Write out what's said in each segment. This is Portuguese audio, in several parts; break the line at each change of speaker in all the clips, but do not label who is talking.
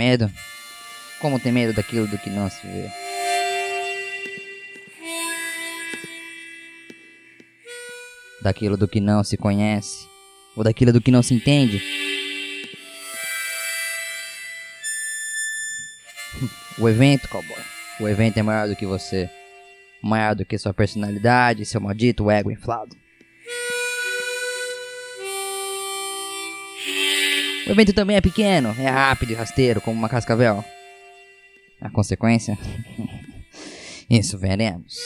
medo? Como ter medo daquilo do que não se vê? Daquilo do que não se conhece? Ou daquilo do que não se entende? O evento, cowboy. O evento é maior do que você. Maior do que sua personalidade, seu maldito ego inflado. O evento também é pequeno, é rápido e rasteiro, como uma cascavel. A consequência? Isso veremos.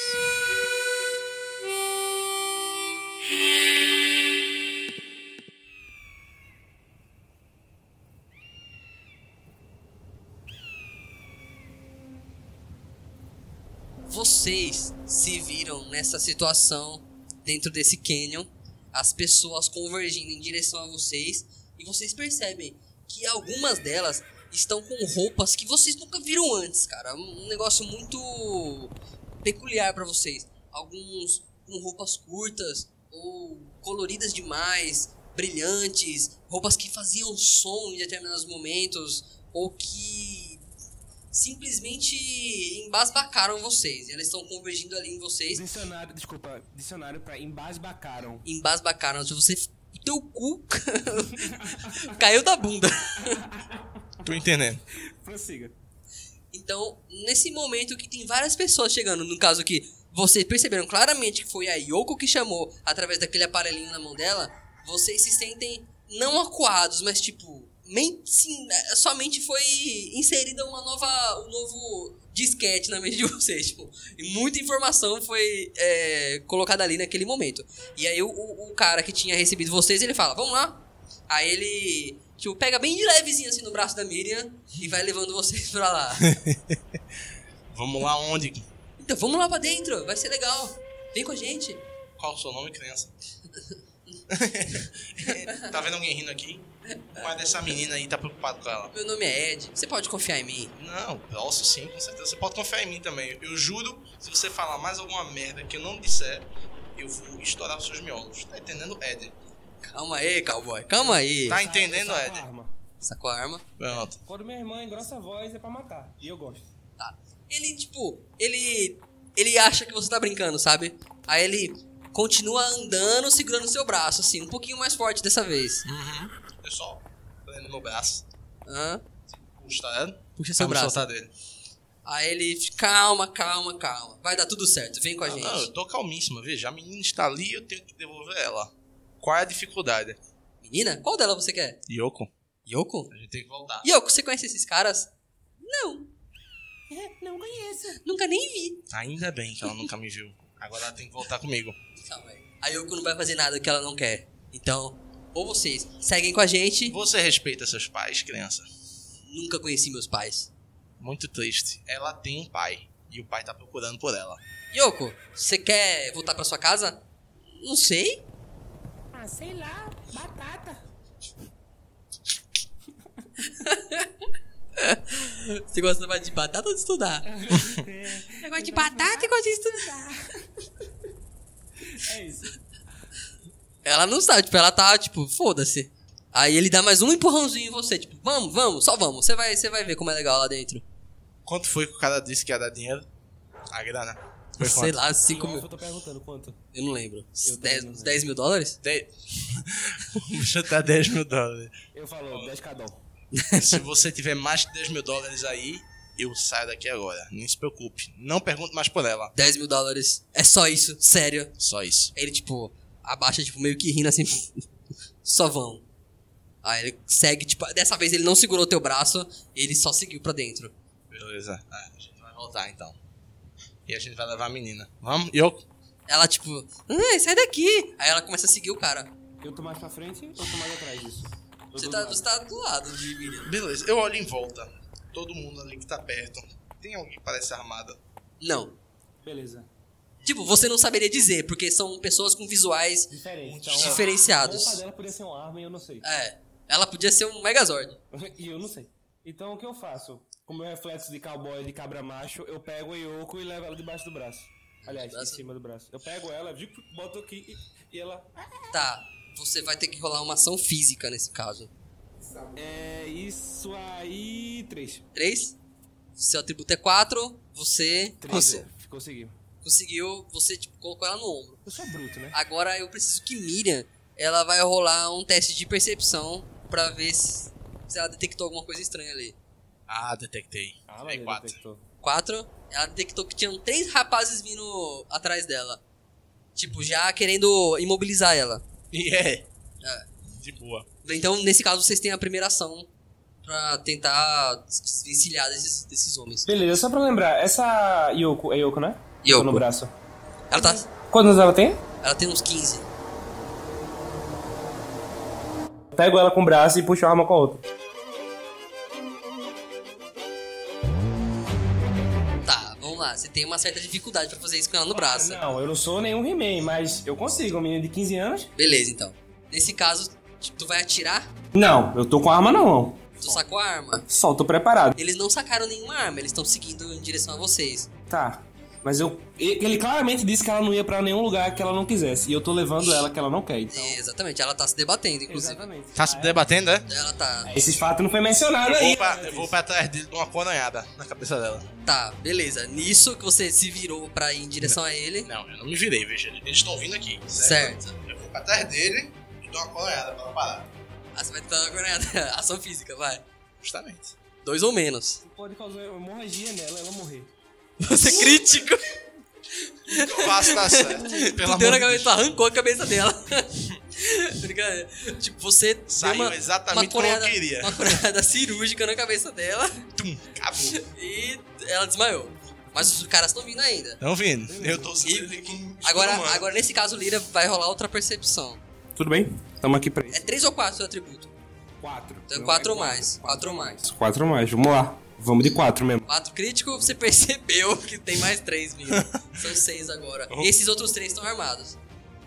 Vocês se viram nessa situação dentro desse canyon, as pessoas convergindo em direção a vocês e vocês percebem que algumas delas estão com roupas que vocês nunca viram antes, cara. Um negócio muito peculiar para vocês. Alguns com roupas curtas ou coloridas demais, brilhantes, roupas que faziam som em determinados momentos ou que simplesmente embasbacaram vocês. Elas estão convergindo ali em vocês.
Dicionário, desculpa, dicionário pra embasbacaram.
Embasbacaram. Se você o teu cu caiu da bunda.
Tô entendendo.
Prossiga.
Então, nesse momento que tem várias pessoas chegando, no caso que vocês perceberam claramente que foi a Yoko que chamou através daquele aparelhinho na mão dela, vocês se sentem não acuados, mas tipo, mente, sim, somente foi inserida uma nova, um novo disquete na mente de vocês. Tipo, e muita informação foi é, colocada ali naquele momento. E aí o, o, o cara que tinha recebido vocês, ele fala, vamos lá. Aí ele, tipo, pega bem de levezinho assim no braço da Miriam e vai levando vocês pra lá.
Vamos lá onde?
Então, vamos lá pra dentro, vai ser legal. Vem com a gente.
Qual o seu nome, criança? tá vendo alguém rindo aqui? Mas essa menina aí tá preocupado com ela.
Meu nome é Ed, você pode confiar em mim?
Não, posso sim, com certeza. Você pode confiar em mim também. Eu juro, se você falar mais alguma merda que eu não disser, eu vou estourar os seus miolos. Tá entendendo, Ed?
Calma aí, cowboy, calma aí.
Tá entendendo,
Essa
Ed?
arma.
Sacou a arma?
Pronto.
Quando minha irmã engrossa a voz é pra matar. E eu gosto.
Tá. Ele, tipo, ele. Ele acha que você tá brincando, sabe? Aí ele continua andando, segurando seu braço, assim, um pouquinho mais forte dessa vez. Uhum.
Eu só prendo meu braço.
Hã?
Puxa, tá vendo?
Puxa seu
Pra me
braço.
soltar dele.
Aí ele. Calma, calma, calma. Vai dar tudo certo, vem com a
Ah,
gente.
Não, eu tô calmíssima, veja. A menina está ali eu tenho que devolver ela. Qual é a dificuldade?
Menina, qual dela você quer?
Yoko,
Yoko?
a gente tem que voltar.
Yoko, você conhece esses caras? Não,
É, não conheço.
nunca nem vi.
Ainda bem que ela nunca me viu. Agora ela tem que voltar comigo.
Calma aí. Então, A Yoko não vai fazer nada que ela não quer. Então, ou vocês seguem com a gente.
Você respeita seus pais, criança?
Nunca conheci meus pais.
Muito triste. Ela tem um pai. E o pai tá procurando por ela.
Yoko, você quer voltar pra sua casa? Não sei.
Ah, sei lá. Batata.
Você gosta mais de batata ou de estudar? Eu gosto de batata e gosto de estudar.
É isso.
Ela não sabe, tipo, ela tá, tipo, foda-se. Aí ele dá mais um empurrãozinho em você, tipo, vamos, vamos, só vamos. Você vai, você vai ver como é legal lá dentro.
Quanto foi que o cara disse que ia dar dinheiro? A grana. Foi
Sei
quanto?
lá,
Em
5
off,
mil.
eu tô perguntando quanto.
Eu não lembro.
Eu também não
10,
lembro.
mil dólares?
De... Vou chutar 10 tá mil dólares.
Eu falo 10 cada um.
Se você tiver mais de 10 mil dólares aí, eu saio daqui agora. Nem se preocupe. Não pergunto mais por ela.
10 mil dólares. É só isso, sério.
Só isso.
Ele, tipo, abaixa, tipo, meio que rindo assim. só vão. Aí ele segue, tipo, dessa vez ele não segurou teu braço, ele só seguiu pra dentro.
Beleza. Ah, a gente vai voltar então. E a gente vai levar a menina. Vamos? E eu?
Ela, tipo, "Ai, sai daqui. Aí ela começa a seguir o cara.
Eu tô mais pra frente ou tô mais atrás disso? Eu
Você
tô
tá,
do
você
lado.
tá do lado de mim.
Beleza. Eu olho em volta. Todo mundo ali que tá perto. Tem alguém que parece armada.
Não.
Beleza.
Tipo, você não saberia dizer, porque são pessoas com visuais
Diferente. Então,
diferenciados.
A roupa dela podia ser uma arma e eu não sei.
É. Ela podia ser um Megazord.
E eu não sei. Então o que eu faço? Com meu reflexo de cowboy de cabra macho, eu pego a Yoko e levo ela debaixo do braço. Aliás,
Braço?
em cima do braço. Eu pego ela, jup, boto aqui e, e ela.
Tá. Você vai ter que rolar uma ação física nesse caso.
É isso aí. Três.
3. Seu atributo é 4. Você
Três.
cons-
é. Conseguiu.
conseguiu, você tipo, colocou ela no ombro.
Eu sou bruto, né?
Agora eu preciso que Miriam ela vai rolar um teste de percepção pra ver se, se ela detectou alguma coisa estranha ali.
Ah, detectei.
Ah,
é
mas
quatro.
detectou.
4. Ela detectou que tinham três rapazes vindo atrás dela. Tipo, já querendo imobilizar ela.
E é.
É.
De boa.
Então, nesse caso, vocês têm a primeira ação pra tentar desvencilhar desses, desses homens.
Beleza, só pra lembrar, essa Yoko, é Yoko, né?
Yoko.
No braço.
Ela, tá,
Quantos anos ela tem?
ela tem uns 15.
Pego ela com o braço e puxo a arma com a outra.
Tá, vamos lá. Você tem uma certa dificuldade pra fazer isso com ela no braço.
Não, eu não sou nenhum He-Man, mas eu consigo. Uma menina de 15 anos?
Beleza, então. Nesse caso, tu- tu vai atirar,
Não, eu tô com a arma na mão.
tu sacou a arma.
Só, tô preparado.
Eles não sacaram nenhuma arma, eles estão seguindo em direção a vocês.
Tá. Mas eu. e- Ele claramente disse que ela não ia pra nenhum lugar que ela não quisesse. E eu tô levando ela que ela não quer, então.
É, exatamente, ela tá se debatendo, inclusive.
Exatamente.
Tá se debatendo, é?
Ela tá.
Esse fato não foi mencionado
Eu
aí.
vou, pra, eu vou pra trás dele dar uma coronhada na cabeça dela.
Tá, beleza. Nisso que você se virou pra ir em direção a ele.
Não, eu não me virei, veja. Eles estão vindo aqui.
Certo.
Eu vou pra trás dele e dou uma coronhada pra ela parar.
Ah, você vai tentar agora ação física, vai.
Justamente.
Dois ou menos.
Pode causar hemorragia nela, ela morrer.
Você é crítico.
O que eu faço tá certo. Pelo
Tu
amor
deu na
de
cabeça,
Deus.
tu arrancou a cabeça dela. Brincadeira. tipo, você deu
Saiu
uma,
exatamente
uma
como eu
coreada-
queria.
Uma coreada cirúrgica na cabeça dela
Tum, acabou.
e ela desmaiou. Mas os caras estão vindo ainda.
Não vindo. Eu tô sendo
E-
aqui um
Agora,
ser humano.
agora, nesse caso, Lira vai rolar outra percepção.
Tudo bem? Tamo aqui pra
É
isso.
3 ou 4 seu atributo?
é Quatro.
Então, 4 ou mais. 4 ou mais.
Quatro mais, vamos lá. Vamos de quatro mesmo.
4 crítico, você percebeu que tem mais 3 vindo. São 6 agora. E esses outros 3 estão armados.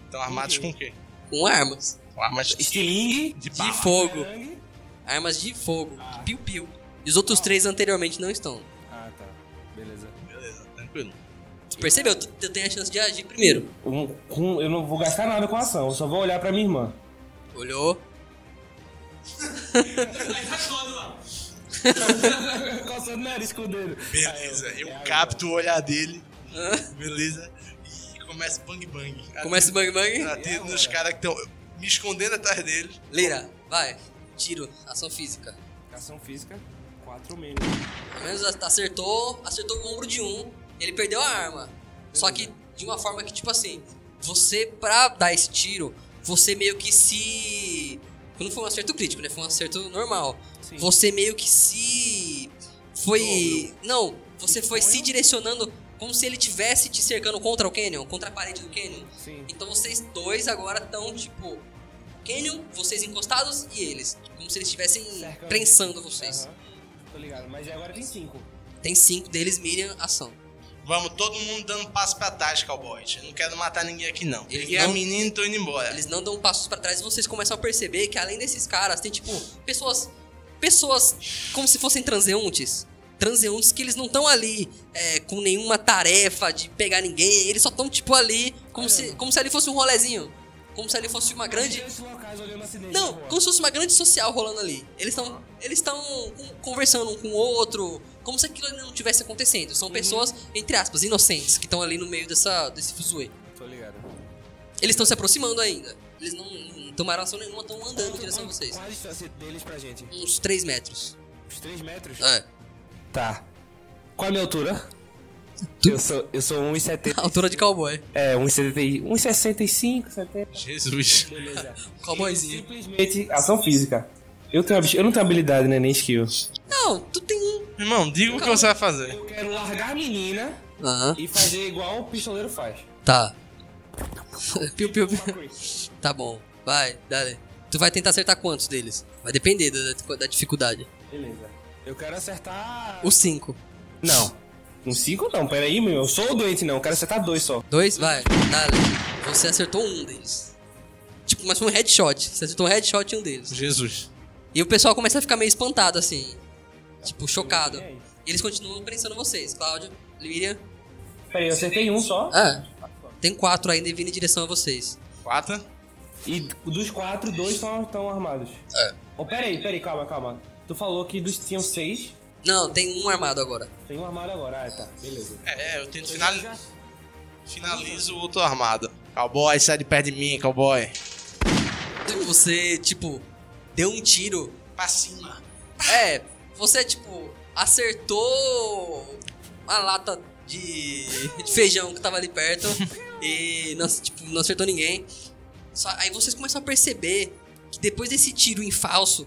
Estão armados com o quê?
Com armas.
Com armas de,
Estilingue.
de
De
bala.
fogo.
Sangue.
Armas de fogo. Piu-piu. E os outros 3 anteriormente não estão.
Ah, tá. Beleza.
Beleza, tranquilo.
Tu percebeu? Tu, tu tem a chance de agir primeiro.
Um- com- eu não vou gastar nada com a ação, eu só vou olhar pra minha irmã.
Olhou.
Coçando o nariz com o dedo.
Beleza, eu
É
capto o olhar dele.
Hã?
Beleza. E começa bang bang.
Começa o bang bang. É,
Atendo nos caras que estão me escondendo atrás deles.
Lira, vai. Tiro. Ação física.
Ação física, quatro menos.
Pelo menos acertou, acertou o ombro de um, ele perdeu a arma. Só que de uma forma que, tipo assim, você, pra dar esse tiro, você meio que se. Não foi um acerto crítico, né? Foi um acerto normal.
Sim.
Você meio que se. Foi. Não, você foi se direcionando como se ele tivesse te cercando contra o Canyon, contra a parede do Canyon.
Sim.
Então vocês dois agora estão, tipo. Canyon, vocês encostados e eles. Como se eles estivessem
Cerca-
prensando vocês.
Aham. Tô ligado, mas agora tem cinco.
Tem cinco deles, Miriam, ação.
Vamos, todo mundo dando passo pra trás, cowboy. Eu não quero matar ninguém aqui, não.
Eles
Peguei a
não-
menina e tô indo embora.
Eles não dão passos pra trás e vocês começam a perceber que além desses caras, tem tipo pessoas. Pessoas como se fossem transeuntes. Transeuntes que eles não estão ali é, com nenhuma tarefa de pegar ninguém. Eles só estão, tipo, ali como se, como se ali fosse um rolezinho. Como se ali fosse uma grande.
Esses locais olhando acidente
Não,
na rua.
como se fosse uma grande social rolando ali. Eles estão eles estão con- conversando um com o outro, como se aquilo não tivesse acontecendo. São pessoas, entre aspas, inocentes, que estão ali no meio dessa, desse fuzuê.
Tô ligado.
Eles estão se aproximando ainda. Eles não, não tomaram ação nenhuma, estão andando em direção a vocês.
Qual a distância deles pra gente?
Uns 3 metros.
Uns 3 metros?
É.
Tá. Qual a minha altura?
Tu-
Eu sou, eu sou 1,70.
A altura de cowboy.
É, 1,70. 1,65, 70.
Jesus.
Beleza.
Cowboyzinho.
Simplesmente ação física. Eu, tenho, habi- eu não tenho habilidade, né? Nem skill.
Não, tu tem um.
Irmão, diga o que você vai fazer.
Eu quero largar a menina
Aham.
e fazer igual o pistoleiro faz.
Tá. piu, piu, piu. Tá bom. Vai, dale. Tu vai tentar acertar quantos deles? Vai depender da, da dificuldade.
Beleza. Eu quero acertar.
Os 5.
Não. Um 5 não, peraí, meu. Eu sou o doente, não. Eu quero acertar dois só.
Dois? Vai, dale. Você acertou um deles. Tipo, mas foi um headshot. Você acertou um headshot em um deles.
Jesus.
E o pessoal começa a ficar meio espantado, assim. Tipo, chocado.
É
E
isso.
eles continuam pensando vocês, Cláudio, Lirian.
Peraí, eu acertei um só.
Ah, tem quatro ainda vindo em direção a vocês.
Quatro.
E dos quatro, dois estão estão armados.
É.
Oh, peraí, peraí, calma, calma. Tu falou que dos tinham seis,
Não, tem um armado agora.
tem um armado agora. Ah, tá, beleza.
É, eu tento final... finalizo o outro armado. Cowboy, sai de perto de mim, cowboy.
Você, tipo, deu um tiro.
Pra cima.
É, você, tipo, acertou uma lata de, de feijão que tava ali perto e não, tipo, não acertou ninguém. Só- aí vocês começam a perceber que depois desse tiro em falso,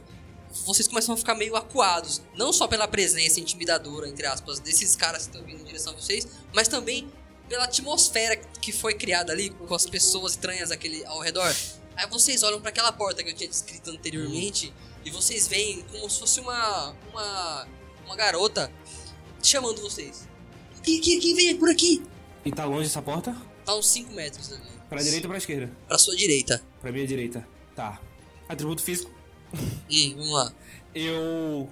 vocês começam a ficar meio acuados. Não só pela presença intimidadora, entre aspas, desses caras que estão vindo em direção a vocês, mas também pela atmosfera que foi criada ali, com as pessoas estranhas aquele, ao redor. Aí vocês olham para aquela porta que eu tinha descrito anteriormente e vocês veem como se fosse uma, uma, uma garota chamando vocês. Quem, quem, quem vem por aqui?
E tá longe essa porta?
Tá uns 5 metros ali.
Pra direita ou pra esquerda?
Pra sua direita.
Pra minha direita. Tá. Atributo físico.
Hum, vamos lá.
Eu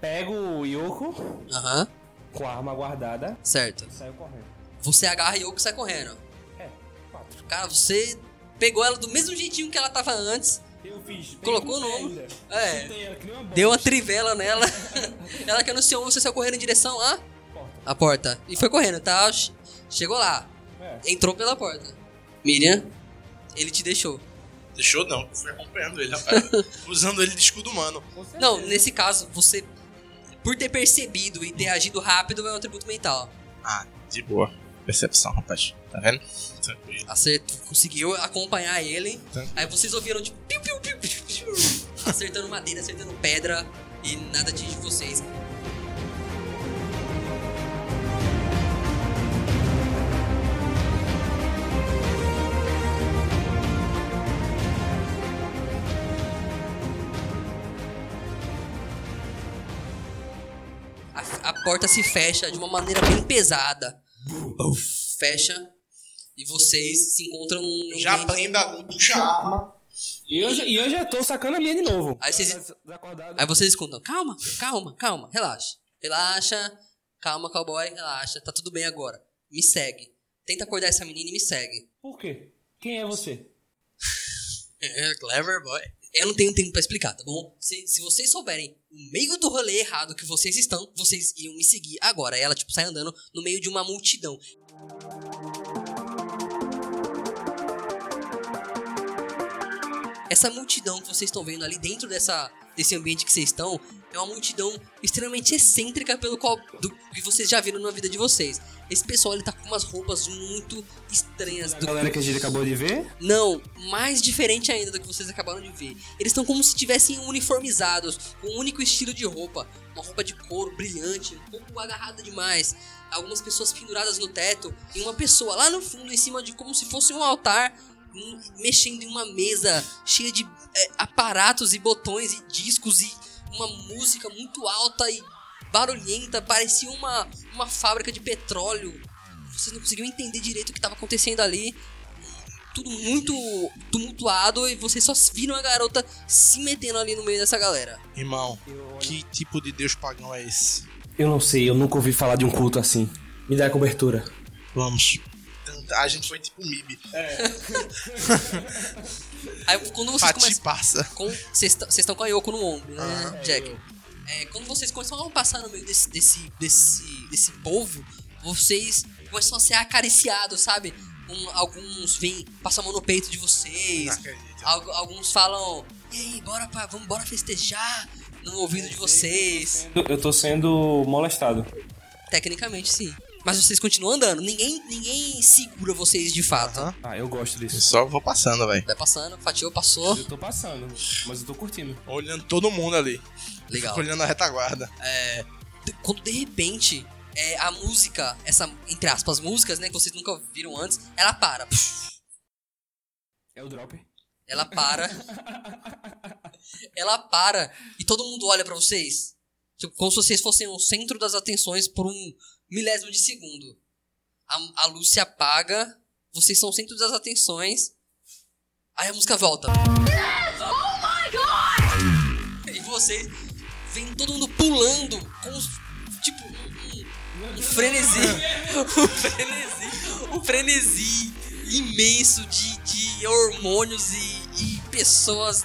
pego o Yoko
Aham,
com a arma guardada
certo.
e saio correndo.
Você agarra Yoko e sai correndo.
É, quatro.
Cara, você pegou ela do mesmo jeitinho que ela tava antes.
Eu fiz. peguei
Colocou
no pé
no ombro.
ainda.
É.
Chutei ela que nem uma bola.
Deu uma trivela nela. ela que anunciou, você saiu correndo em direção à
Porta.
a porta. E foi correndo, tá? Che- Chegou lá.
É.
Entrou pela porta. Miriam, ele te deixou.
Deixou não, eu fui acompanhando ele, rapaz. Usando ele de escudo humano.
Com certeza.
Não, nesse caso, você. Por ter percebido e ter agido rápido, é um atributo mental.
Ah, de boa. Percepção, rapaz. Tá vendo? Tranquilo.
Acertou, conseguiu acompanhar ele.
Tá.
Aí vocês ouviram tipo. Piu, piu, piu, piu, piu, acertando madeira, acertando pedra e nada atinge vocês. A, a porta se fecha de uma maneira bem pesada. Fecha. E vocês se encontram num.
Já
ambiente-
prenda a puxa a arma.
E eu, já- e eu já tô sacando a minha de novo.
Aí vocês-
Ela tá Desacordada.
Aí vocês contam, calma, calma, calma, relaxa. Relaxa, calma, cowboy, relaxa, tá tudo bem agora. Me segue. Tenta acordar essa menina e me segue.
Por quê? Quem é você?
É, clever boy. Eu não tenho tempo pra explicar, tá bom? Se, se vocês souberem o meio do rolê errado que vocês estão, vocês iriam me seguir agora. Ela, tipo, sai andando no meio de uma multidão. Essa multidão que vocês estão vendo ali dentro dessa, desse ambiente que vocês estão é uma multidão extremamente excêntrica pelo qual do que vocês já viram na vida de vocês. Esse pessoal ele tá com umas roupas muito estranhas
A
do
galera que a gente acabou de ver?
não, mais diferente ainda do que vocês acabaram de ver. Eles estão como se estivessem uniformizados, com um único estilo de roupa. Uma roupa de couro brilhante, um pouco agarrada demais. Algumas pessoas penduradas no teto e uma pessoa lá no fundo, em cima de como se fosse um altar, hum, mexendo em uma mesa cheia de é, aparatos e botões e discos e uma música muito alta e barulhenta. Parecia uma, uma fábrica de petróleo. Vocês não conseguiam entender direito o que estava acontecendo ali tudo muito tumultuado e vocês só viram a garota se metendo ali no meio dessa galera.
Irmão, que tipo de deus pagão é esse?
Eu não sei, eu nunca ouvi falar de um culto assim. Me dá a cobertura.
Vamos. A gente foi tipo MIB.
Aí quando vocês
Pati
começam.
passa.
com- Vocês t- vocês estão com a Yoko no ombro, né,
Aham.
Jack? É, quando vocês começam a passar no meio desse, desse, desse, desse povo, vocês começam a ser acariciados, sabe? Um- alguns vêm, passam a mão no peito de
Não
vocês.
acredito.
Algu- alguns falam, e aí, bora pra, vamos bora festejar no ouvido de vocês.
Eu tô sendo molestado.
Tecnicamente, sim. Mas vocês continuam andando. Ninguém, ninguém segura vocês de fato.
Aham.
Ah, eu gosto
Eu
disso.
só vou passando, velho.
Vai passando, fatiou, passou.
Eu tô passando, mas eu tô curtindo.
Olhando todo mundo ali.
Legal.
Fico olhando a retaguarda.
De- Quando de repente é, a música, essa, entre aspas, músicas, né, que vocês nunca viram antes, ela para.
É o drop?
Ela para. ela para e todo mundo olha pra vocês. Tipo, como se vocês fossem o centro das atenções por um milésimo de segundo. A, a luz se apaga, vocês são o centro das atenções. Aí a música volta. E vocês vem todo mundo pulando como se- tipo um, um- um frenesi. Um frenesi. Um frenesi imenso de, de hormônios e, e pessoas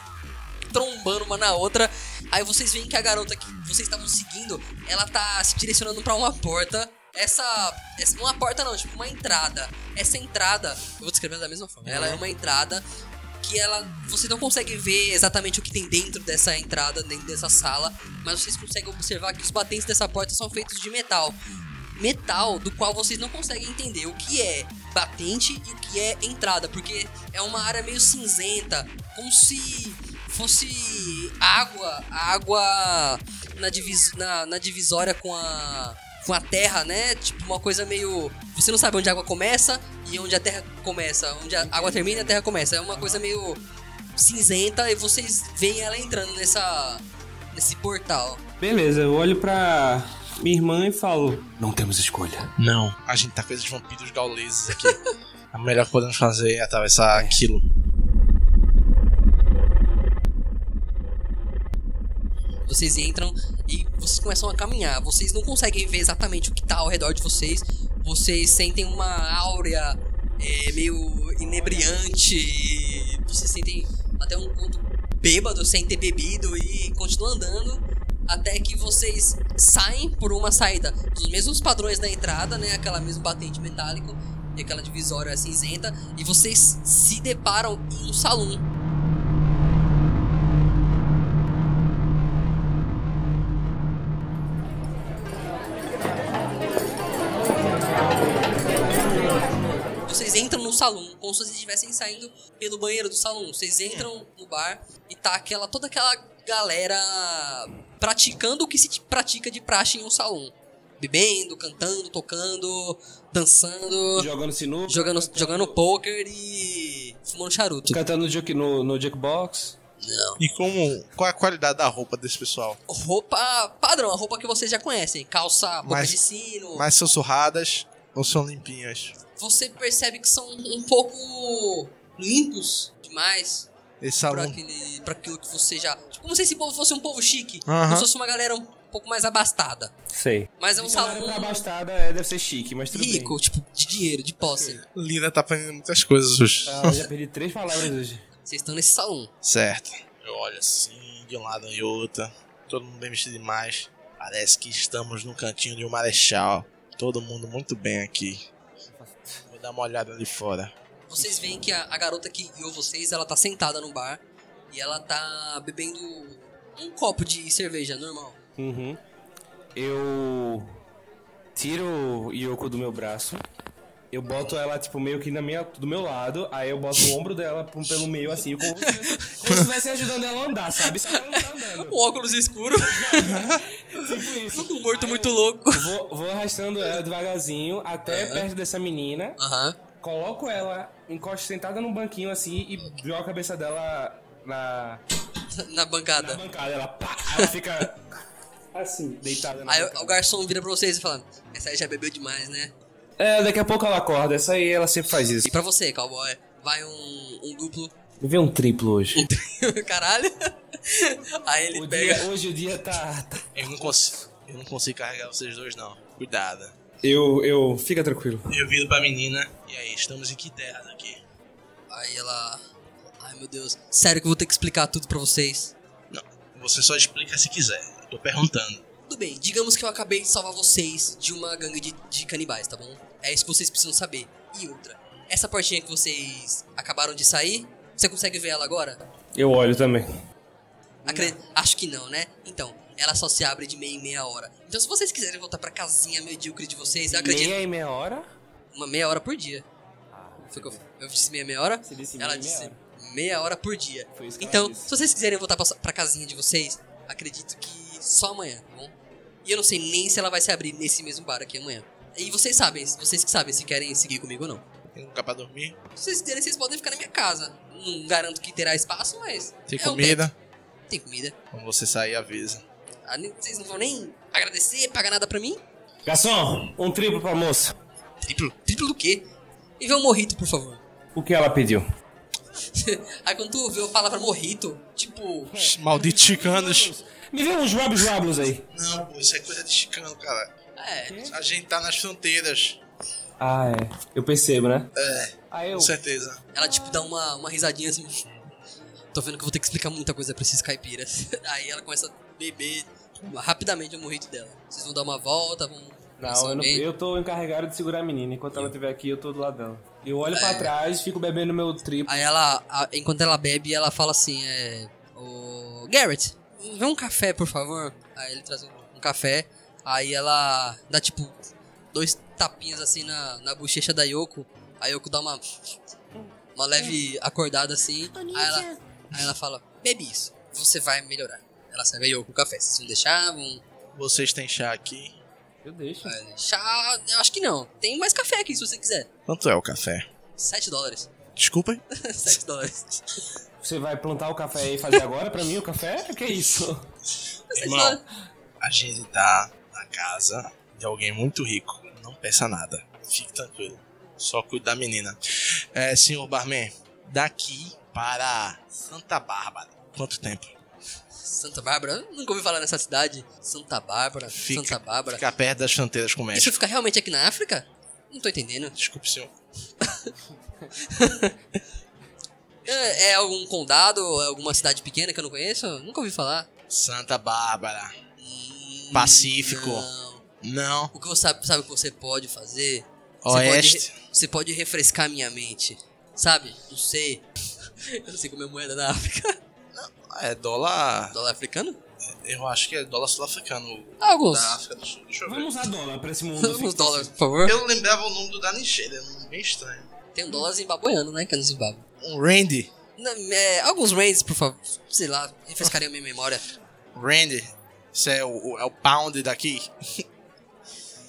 trombando uma na outra. Aí vocês veem que a garota que vocês estavam seguindo, ela tá se direcionando pra uma porta. Essa, essa- Uma porta não, tipo uma entrada. Essa entrada. Eu vou descrever da mesma forma. Ela é uma entrada que ela. Vocês não conseguem ver exatamente o que tem dentro dessa entrada, dentro dessa sala. Mas vocês conseguem observar que os batentes dessa porta são feitos de metal. Metal do qual vocês não conseguem entender o que é batente e o que é entrada, porque é uma área meio cinzenta, como se fosse água, água na, divis, na, na divisória com a, com a terra, né? Tipo, uma coisa meio. Você não sabe onde a água começa e onde a terra começa, onde a água termina e a terra começa. É uma coisa meio cinzenta e vocês veem ela entrando nessa. nesse portal.
Beleza, eu olho pra minha irmã e falo: Não temos escolha.
Não. A gente tá com esses vampiros gauleses aqui. A melhor que podemos fazer é atravessar aquilo.
Vocês entram e vocês começam a caminhar. Vocês não conseguem ver exatamente o que tá ao redor de vocês. Vocês sentem uma áurea é, meio inebriante. E vocês sentem até um ponto bêbado sem ter bebido e continuam andando. Até que vocês saem por uma saída dos mesmos padrões da entrada, né? Aquela mesma batente metálico e aquela divisória cinzenta. E vocês se deparam em um salão. Vocês entram no salão, como se vocês estivessem saindo pelo banheiro do salão. Vocês entram no bar e tá aquela, toda aquela galera praticando o que se t- pratica de praxe em um salão. Bebendo, cantando, tocando, dançando,
Jogando sinuca.
jogando, jogando poker e fumando charuto.
Cantando no juke- no, no jukebox.
E como. Qual é a qualidade da roupa desse pessoal?
Roupa padrão, a roupa que vocês já conhecem. Calça, boca
Mas-
de sino.
Mais são surradas ou são limpinhas?
Você percebe que são um pouco limpos demais.
Esse
pra,
salão.
aquele, pra aquilo que você já. Tipo, como se esse povo fosse um povo chique.
Aham.
Como se fosse uma galera um pouco mais abastada.
Sei.
Mas é um
Salário
salão
pra abastada é, deve ser chique, mas tudo
rico, tipo, de dinheiro, de posse.
Lina tá aprendendo muitas coisas hoje.
bem. Ah, eu já perdi três palavras hoje.
Vocês estão nesse salão.
Certo. Eu olho assim, de um lado e outro. Todo mundo bem vestido demais. Parece que estamos no cantinho de um marechal. Todo mundo muito bem aqui. Vou dar uma olhada ali fora.
Vocês veem que a, a garota que guiou vocês, ela tá sentada no bar. E ela tá bebendo um copo de cerveja normal.
Uhum. Eu tiro o Yoko do meu braço. Eu boto ela, tipo, meio que na minha, do meu lado. Aí eu boto o ombro dela pro- pelo meio, assim, como se como se estivesse ajudando ela a andar, sabe? Só que ela não tá andando.
Um óculos escuro,
Tipo isso.
um morto muito louco.
Vou, vou arrastando ela devagarzinho até
É.
perto dessa menina.
Aham.
Coloco ela encosto sentada num banquinho, assim, e jogo a cabeça dela na,
Na
na
bancada.
bancada. Ela, pá, ela fica assim, deitada na
Aí
bancada.
o garçom vira pra vocês e fala: Essa aí já bebeu demais, né?
É, daqui a pouco ela acorda. Essa aí, ela sempre faz isso.
E pra você, cowboy, vai um, um duplo.
Vê um triplo hoje.
Caralho. Aí ele
O
pega.
dia- hoje o dia tá. tá-
Eu não consigo. Eu não consigo carregar vocês dois, não. Cuidado.
Eu, eu. Fica tranquilo.
Eu viro pra menina. E aí, estamos em que terras aqui?
Aí ela. Ai meu Deus. Sério que eu vou ter que explicar tudo pra vocês.
Não, você só explica se quiser. Eu tô perguntando.
Tudo bem, digamos que eu acabei de salvar vocês de uma gangue de, de canibais, tá bom? É isso que vocês precisam saber. E outra. Essa portinha que vocês acabaram de sair, você consegue ver ela agora?
Eu olho também.
Acre- Acho que não, né? Então, ela só se abre de meia em meia hora. Então, se vocês quiserem voltar pra casinha medíocre de vocês, eu acredito.
Meia e é meia hora?
Uma meia hora por dia. Foi o que eu, eu disse meia, meia hora?
Ah, Você disse
ela
meia,
disse
meia
meia hora por dia.
Foi isso que ela
então,
disse.
se vocês quiserem voltar pra, pra casinha de vocês, acredito que só amanhã, tá bom? E eu não sei nem se ela vai se abrir nesse mesmo bar aqui amanhã. E vocês sabem, vocês que sabem se querem seguir comigo ou não.
Tem um lugar pra dormir?
Se vocês quiserem, vocês podem ficar na minha casa. Não garanto que terá espaço, mas.
Tem
é um
comida?
teto. Tem comida.
Quando você sair, avisa.
Ah, nem- Vocês não vão nem agradecer, pagar nada pra mim?
Garçom, um triplo pra moça.
Triplo. Triplo do quê? E vê um morrito, por favor.
O que ela pediu?
Aí quando tu ouviu a palavra morrito, tipo,
Malditos chicanos.
Me vê uns rabos rabos aí.
Não, pô, isso é coisa de chicano, cara.
é,
A gente tá nas fronteiras.
Ah, é. Eu percebo, né?
É,
Aí eu.
com certeza.
Ela, tipo, dá uma, uma risadinha assim. Tô vendo que eu vou ter que explicar muita coisa pra esses caipiras. Aí ela começa a beber tipo, rapidamente o morrito dela. Vocês vão dar uma volta, vão.
Não, eu, não,
bem.
eu tô encarregado de segurar a menina. Enquanto ela estiver aqui, eu tô do lado dela. Eu olho pra
É.
trás, fico bebendo meu triplo.
Aí ela, a- enquanto ela bebe, ela fala assim: é. O Garrett, vê um café, por favor. Aí ele traz um, um café. Aí ela dá tipo dois tapinhas assim na, na bochecha da Yoko. A Yoko dá uma. Uma leve acordada assim. Aí ela, aí ela fala: bebe isso, você vai melhorar. Ela serve a Yoko o café. Vocês não deixavam?
Vocês têm chá aqui?
Eu deixo.
Chá, é, eu acho que não. Tem mais café aqui se você quiser.
Quanto é o café?
7 dólares.
Desculpem?
7 dólares.
Você vai plantar o café aí e fazer agora pra mim o café? Que isso?
Sete dólares.
Irmão, a gente tá na casa de alguém muito rico. Não peça nada. Fique tranquilo. Só cuida da menina. É, senhor Barman, daqui para Santa Bárbara. Quanto tempo?
Santa Bárbara? Eu Nunca ouvi falar nessa cidade. Santa Bárbara,
Fica,
Santa Bárbara.
fica perto das fronteiras com o
Isso
México.
fica realmente aqui na África? Não tô entendendo.
Desculpe, senhor.
É, é algum condado, é alguma cidade pequena que eu não conheço? Nunca ouvi falar.
Santa Bárbara.
Hum,
Pacífico.
Não.
Não.
O que você sabe, sabe o que você pode fazer? Você
Oeste.
pode, re- você pode refrescar minha mente. Sabe? Não sei. Eu não sei como é moeda na África.
Ah, É dólar.
Dólar africano?
Eu acho que é dólar sul-africano.
Alguns.
Da África do Sul. Deixa eu ver.
Vamos usar dólar pra esse mundo.
Alguns dólares, por favor.
Eu lembrava o nome do da Nigéria. um nome Bem estranho.
Tem um dólar zimbabuano, né? Que é no Zimbábue.
Um Randy.
Não, é, alguns ranges, por favor. Sei lá, refrescarem a minha memória.
Randy, isso é o, o- é o pound daqui?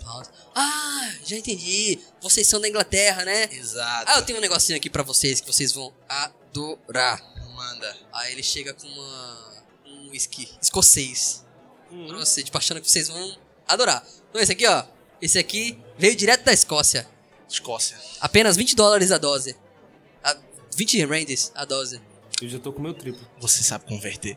Pausa. Ah, já entendi. Vocês são da Inglaterra, né?
Exato.
Ah, eu tenho um negocinho aqui pra vocês que vocês vão adorar.
Manda.
Aí ele chega com uma, um whisky escocês. Pra você, tipo, achando que vocês vão adorar. Então esse aqui, ó. Esse aqui veio direto da Escócia.
Escócia.
Apenas 20 dólares a dose. A, 20 randes a dose.
Eu já tô com meu triplo.
Você sabe converter.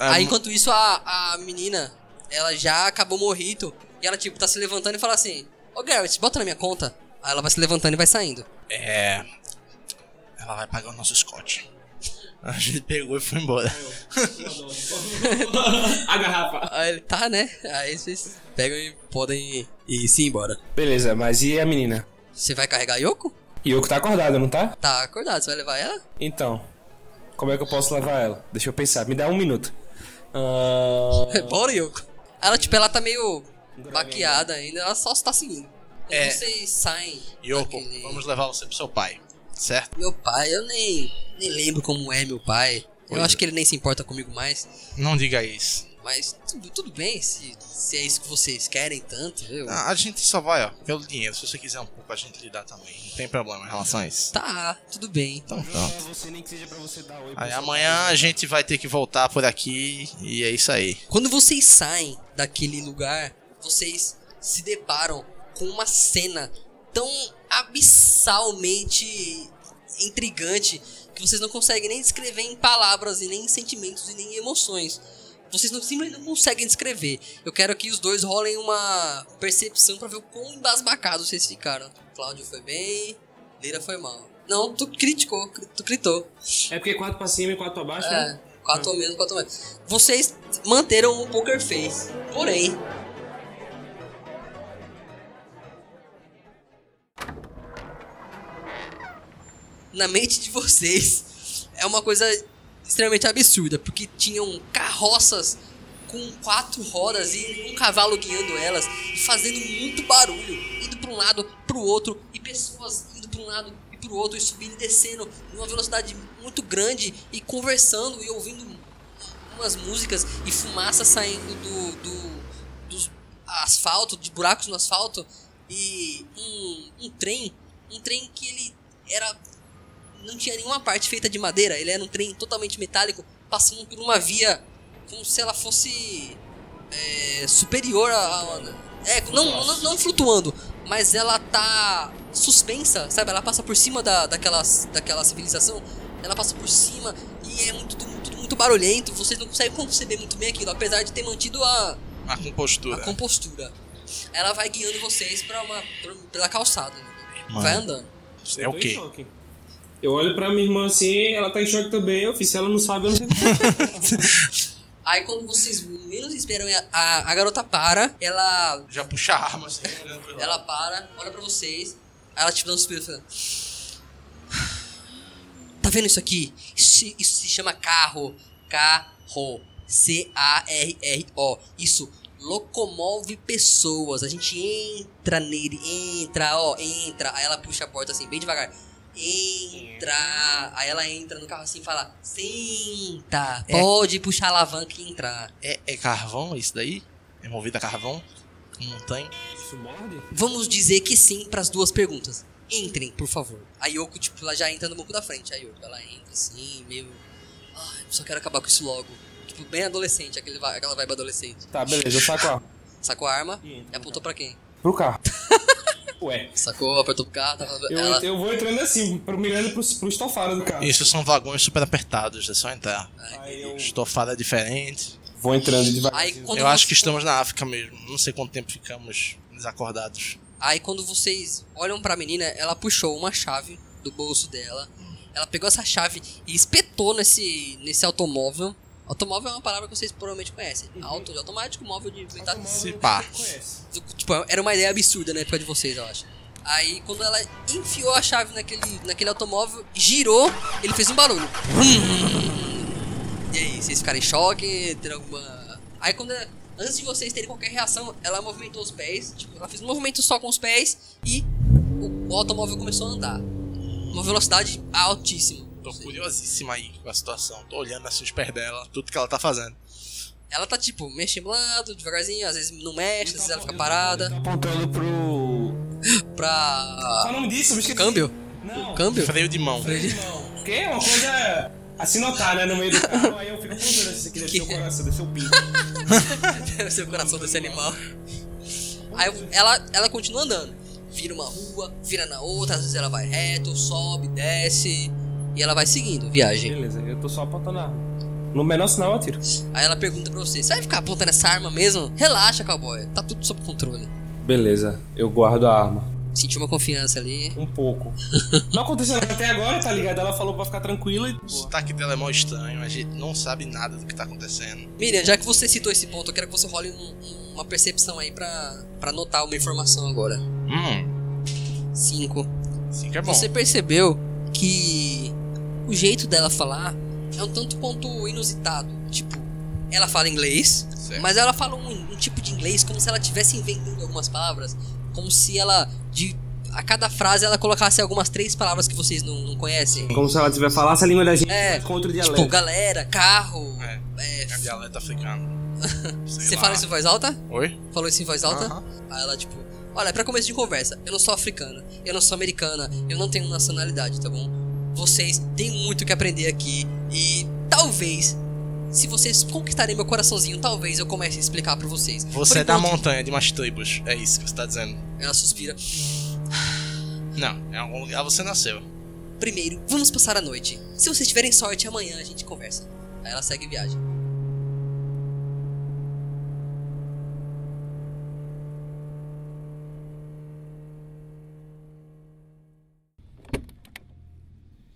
Ah,
Aí enquanto isso, a, a menina, ela já acabou morrito. E ela, tipo, tá se levantando e fala assim: Ô Garrett, bota na minha conta. Aí ela vai se levantando e vai saindo.
É. Ela vai pagar o nosso Scott. A gente pegou e foi embora.
a garrafa.
Aí ele tá, né? Aí vocês pegam e podem ir, e se embora.
Beleza, mas e a menina?
Você vai carregar a Yoko?
Yoko tá acordada, não tá?
Tá acordado, você vai levar ela?
Então, como é que eu posso lavar ela? Deixa eu pensar, me dá um minuto. Ah,
Bora, Yoko. Ela, tipo, ela tá meio baqueada ainda, ela só está seguindo.
É.
É. Vocês saem.
Yoko,
daquele-
vamos levar você pro seu pai. Certo?
Meu pai, eu nem, nem lembro como é meu pai. Eu
é.
acho que ele nem se importa comigo mais.
Não diga isso.
Mas tudo, tudo bem, se, se é isso que vocês querem tanto, eu.
Ah, a gente só vai, ó, pelo dinheiro. Se você quiser um pouco, a gente lhe dá também. Não tem problema em relação a isso.
Tá, tudo bem.
Então pronto.
é você nem que seja pra você dar oi. pro
Aí
seu-
amanhã a gente vai ter que voltar por aqui e é isso aí.
Quando vocês saem daquele lugar, vocês se deparam com uma cena tão abissalmente intrigante que vocês não conseguem nem descrever em palavras e nem em sentimentos e nem em emoções. Vocês não, simplesmente não conseguem descrever. Eu quero que os dois rolem uma percepção pra ver o quão embasbacados vocês ficaram. Cláudio foi bem, Lira foi mal. Não, tu criticou, cri- tu critou.
É porque quatro pra cima e quatro pra baixo,
É,
né?
quatro ou menos, quatro ou menos. Vocês manteram o poker face, porém. Na mente de vocês é uma coisa extremamente absurda, porque tinham carroças com quatro rodas e um cavalo guiando elas e fazendo muito barulho, indo para um lado, para o outro e pessoas indo para um lado e para o outro e subindo e descendo numa velocidade muito grande e conversando e ouvindo umas músicas e fumaça saindo do, do dos asfalto, de buracos no asfalto e um, um trem, um trem que ele era não tinha nenhuma parte feita de madeira, ele era um trem totalmente metálico passando por uma via como se ela fosse é, superior a, a é, não, não, não flutuando, mas ela tá suspensa, sabe? Ela passa por cima da, daquela, daquela civilização, ela passa por cima e é muito, tudo, tudo muito barulhento, vocês não conseguem conceber muito bem aquilo, apesar de ter mantido a,
A
a
compostura.
compostura. Ela vai guiando vocês pra uma, por- pela calçada. né?
Mano.
Vai andando.
É o quê?
Eu olho pra minha irmã assim, ela tá em choque também. Eu fiz, se ela não sabe, eu não sei.
Aí quando vocês menos esperam, a, a garota para, ela,
Já puxa a arma assim, olhando pra
ela para, olha pra vocês, aí ela te dá um suspiro falando. Tá vendo isso aqui? Isso, isso se chama carro. Carro. C-A-R-R-O. Isso locomove pessoas. A gente entra nele, entra, ó, entra. Aí ela puxa a porta assim, bem devagar. Entra. Aí ela entra no carro assim e fala: Senta, pode puxar a alavanca e entrar.
É, é carvão isso daí? É movido a carvão? Montanha?
Isso morde?
Vamos dizer que sim para as duas perguntas. Entrem, por favor. A Yoko, tipo, ela já entra no banco da frente. A Yoko, ela entra assim, meio. Ai, só quero acabar com isso logo. Tipo, bem adolescente, aquele, vi- aquela vibe adolescente.
Tá, beleza, eu saco a.
Sacou a arma
E
e,
entra no
apontou pra quem?
Pro carro.
Ué.
Sacou, apertou pro carro, tava.
Eu,
ela,
eu vou entrando assim, pro- mirando pro, pro estofado do
Tá.
carro.
Isso são vagões super apertados, é só entrar.
Aí eu
Estofada é diferente.
Vou entrando devagar.
Aí, um- quando
Eu acho
você-
que estamos na África mesmo. Não sei quanto tempo ficamos desacordados.
Aí quando vocês olham pra menina, ela puxou uma chave do bolso dela. Ela pegou essa chave e espetou nesse, nesse automóvel. Automóvel é uma palavra que vocês provavelmente conhecem.
Uhum.
Auto de automático, móvel de inventado.
Se pá.
conheço.
Tipo, era uma ideia absurda na época de vocês, eu acho. Aí quando ela enfiou a chave naquele, naquele automóvel, girou, ele fez um barulho. E aí, vocês ficaram em choque, ter alguma. Aí quando ela- antes de vocês terem qualquer reação, ela movimentou os pés, tipo, ela fez um movimento só com os pés e o, o automóvel começou a andar. Uma velocidade altíssima.
Tô curiosíssima aí com a situação. Tô olhando assim os pés dela, tudo que ela tá fazendo.
Ela tá tipo, mexendo pro lado, devagarzinho, às vezes não mexe, às vezes ela fica parada.
Apontando pro.
Pra.
Qual o nome disso? Eu esqueci.
Ah, Câmbio?
Não.
Câmbio?
Freio de mão.
Não. Que é uma coisa a se notar, né? No meio do carro. Aí eu fico perguntando se isso aqui deve ser o
é?
coração, deve ser o pinto.
Deve ser o coração desse animal. Aí ela, ela continua andando. Vira uma rua, vira na outra, às vezes ela vai reto, sobe, desce. E ela vai seguindo, viagem.
Beleza, eu tô só apontando a arma. No menor sinal eu atiro.
Aí ela pergunta pra você, você vai ficar apontando essa arma mesmo? Relaxa, cowboy, tá tudo sob controle.
Beleza, eu guardo a arma.
Sentiu uma confiança ali.
Um pouco. Não aconteceu nada até agora, tá ligado? Ela falou pra ficar tranquila e.
O sotaque dela é mó estranho, a gente não sabe nada do que tá acontecendo.
Miriam, já que você citou esse ponto, eu quero que você role um- um- uma percepção aí pra, pra notar uma informação agora.
Hum,
Cinco.
sim que é bom.
Você percebeu que o jeito dela falar é um tanto quanto inusitado. Tipo, ela fala inglês,
Certo.
mas ela fala um, um tipo de inglês como se ela estivesse inventando algumas palavras. Como se ela, de, a cada frase, ela colocasse algumas três palavras que vocês não, não conhecem.
Como se ela tiver falasse a língua da gente
É,
com outro
Tipo,
dialeto.
galera, carro.
É,
é,
é dialeto africano. Sei
você
lá.
fala isso em voz alta?
Oi?
Falou isso em voz alta?
Aham.
Aí ela, tipo, olha, pra começo de conversa, eu não sou africana, eu não sou americana, eu não tenho nacionalidade, tá bom? Vocês têm muito que aprender aqui e talvez, se vocês conquistarem meu coraçãozinho, talvez eu comece a explicar pra vocês.
Você
Por
é da
enquanto-
montanha de umas tribos, é isso que você tá dizendo.
Ela suspira.
Não, é algum lugar você nasceu.
Primeiro, vamos passar a noite. Se vocês tiverem sorte, amanhã a gente conversa. Aí ela segue viagem.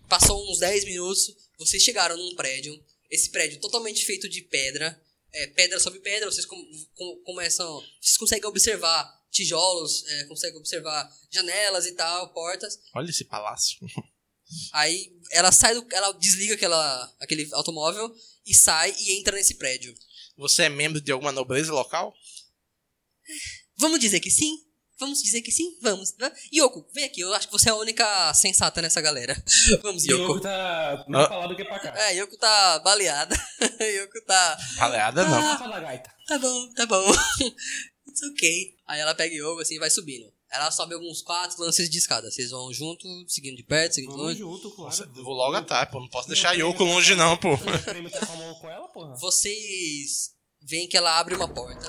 Passou uns 10 minutos, vocês chegaram num prédio. Esse prédio totalmente feito de pedra. é, pedra sobre pedra, vocês com- com- começam. Vocês conseguem observar tijolos, é, conseguem observar janelas e tal, portas.
Olha esse palácio.
Aí ela sai do. Ela desliga aquela, aquele automóvel e sai e entra nesse prédio.
Você é membro de alguma nobreza local?
Vamos dizer que sim? Vamos dizer que sim? Vamos. Va- Yoko, vem aqui, eu acho que você é a única sensata nessa galera. Vamos,
E o
Yoko. Ah.
outro tá mais pra lá do que pra cá.
É, Yoko tá baleada. Yoko tá.
Paleada não.
Fala, gaita.
Tá bom, tá bom. It's ok. Aí ela pega Yoko assim e vai subindo. Ela sobe alguns quatro lances de escada. Vocês vão junto, seguindo de perto, seguindo
Vamos
longe.
junto,
Nossa,
claro.
eu vou logo atrás, pô. Não posso deixar a Yoko longe não, pô.
O prêmio tá com a
um
mão com ela, porra.
vocês veem que ela abre uma porta.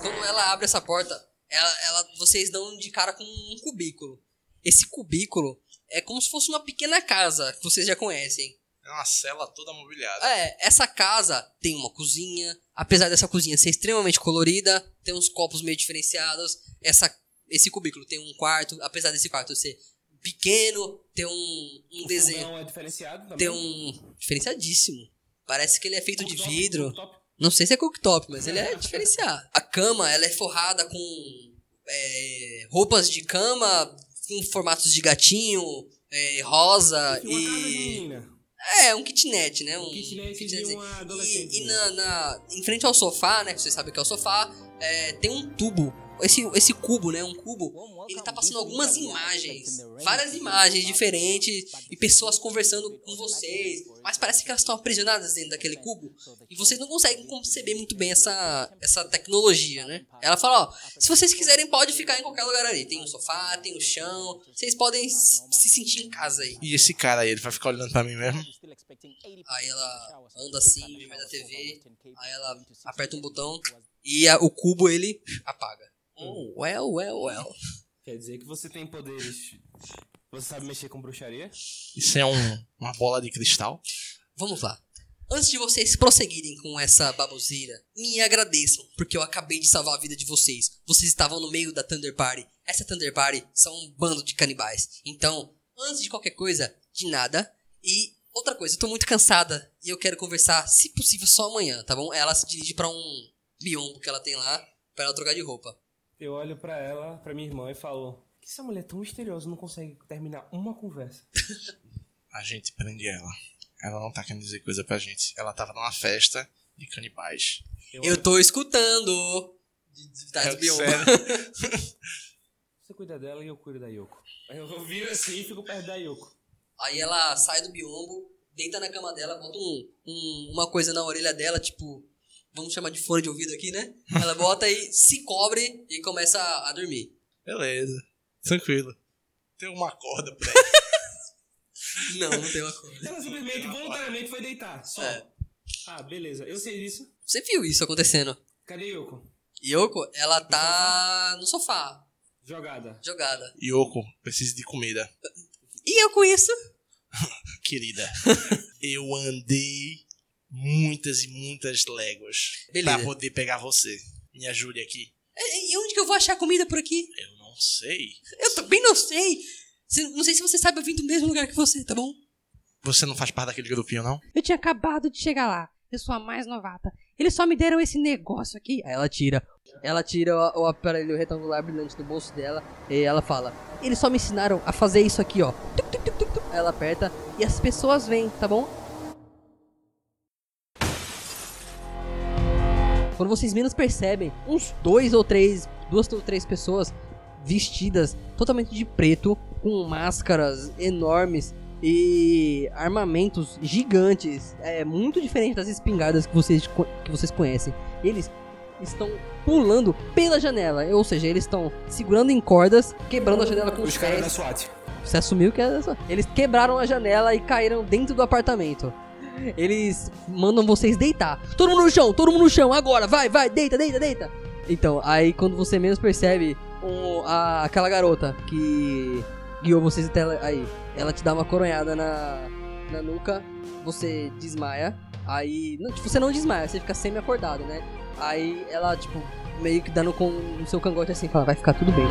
Quando ela abre essa porta, ela, ela- vocês dão de cara com um cubículo. Esse cubículo é como se fosse uma pequena casa que vocês já conhecem.
É uma cela toda mobiliada.
É, essa casa tem uma cozinha, apesar dessa cozinha ser extremamente colorida, tem uns copos meio diferenciados. Essa, esse cubículo tem um quarto, apesar desse quarto ser pequeno, tem um, um
O
desenho.
fogão é diferenciado também.
Tem um. diferenciadíssimo. Parece que ele é feito de
Cooktop,
vidro.
cooktop.
Não sei se é cooktop, mas ele é diferenciado. A cama, ela é forrada com é, roupas de cama com formatos de gatinho, é, rosa
Uma casa de um
e.
menina.
É, um kitnet, né? Um,
kitnet de
kitnetzinho.
uma
E-
adolescente. né?
E, na, na- em frente ao sofá, né? Que vocês sabem que é o sofá, é, tem um tubo. Esse, esse cubo, né? Um cubo. Ele tá passando algumas imagens, várias imagens diferentes e pessoas conversando com vocês. Mas parece que elas estão aprisionadas dentro daquele cubo e vocês não conseguem conceber muito bem essa, essa tecnologia, né? Ela fala, ó, se vocês quiserem pode ficar em qualquer lugar ali. Tem um sofá, tem o chão, vocês podem se se sentir em casa aí.
E esse cara aí, ele vai ficar olhando pra mim mesmo?
Aí ela anda assim, vê da TV, aí ela aperta um botão e a- o cubo ele apaga. Oh, well, well, well.
Quer dizer que você tem poderes. Você sabe mexer com bruxaria?
Isso é um, uma bola de cristal?
Vamos lá. Antes de vocês prosseguirem com essa baboseira, me agradeçam, porque eu acabei de salvar a vida de vocês. Vocês estavam no meio da Thunder Party. Essa Thunder Party são um bando de canibais. Então, antes de qualquer coisa, de nada. E outra coisa, eu tô muito cansada e eu quero conversar, se possível, só amanhã, tá bom? Ela se dirige pra um biombo que ela tem lá, pra ela trocar de roupa.
Eu olho pra ela, pra minha irmã, e falo: que essa mulher é tão misteriosa não consegue terminar uma conversa?
A gente prende ela. Ela não tá querendo dizer coisa pra gente. Ela tava numa festa de canibais.
Eu tô escutando. De- de- tá,
É,
do bioma.
sério.
Você cuida dela e eu cuido da Yoko. Eu viro assim e fico perto da Yoko.
Aí ela sai do biombo, deita na cama dela, bota um- um- uma coisa na orelha dela, tipo, vamos chamar de fone de ouvido aqui, né? Ela bota e se cobre e começa a, a dormir.
Beleza. Tranquilo. Tem uma corda pra
Não, não tem uma coisa.
Ela simplesmente, voluntariamente, foi deitar. Só.
É.
Ah, beleza. Eu sei disso.
Você viu isso acontecendo.
Cadê Yoko?
Yoko, ela tá no sofá,
Jogada.
jogada.
Yoko, preciso de comida.
E eu com isso?
Querida, eu andei muitas e muitas léguas
Beleza.
pra poder pegar você. Me ajude aqui.
E e onde que eu vou achar comida por aqui?
Eu não sei.
Eu também não sei. Se- Não sei se você sabe, eu vim do mesmo lugar que você, tá bom?
Você não faz parte daquele grupinho, não?
Eu tinha acabado de chegar lá. Eu sou a mais novata. Eles só me deram esse negócio aqui.
Aí ela tira. Ela tira o, o aparelho retangular brilhante do bolso dela e ela fala: Eles só me ensinaram a fazer isso aqui, ó. Tuc, tuc, tuc, tuc, tuc. Ela aperta e as pessoas vêm, tá bom? Quando vocês menos percebem, uns dois ou três, duas ou três pessoas vestidas totalmente de preto, com máscaras enormes e armamentos gigantes, é muito diferente das espingardas que vocês, co- que vocês conhecem. Eles estão pulando pela janela, ou seja, eles estão segurando em cordas, quebrando a janela com os,
Os caras da
pés.
SWAT.
Você assumiu que era só. Eles quebraram a janela e caíram dentro do apartamento. Eles mandam vocês deitar. Todo mundo no chão, todo mundo no chão, agora, vai, vai, deita, deita, deita. Então, aí quando você menos percebe, o- a- aquela garota que guiou vocês até ela- aí, ela te dá uma coronhada na, na nuca, você desmaia. Aí, não, tipo, você não desmaia, você fica semi-acordado, né? Aí né?" ela, tipo, meio que dando com o seu cangote assim, fala, vai ficar tudo bem.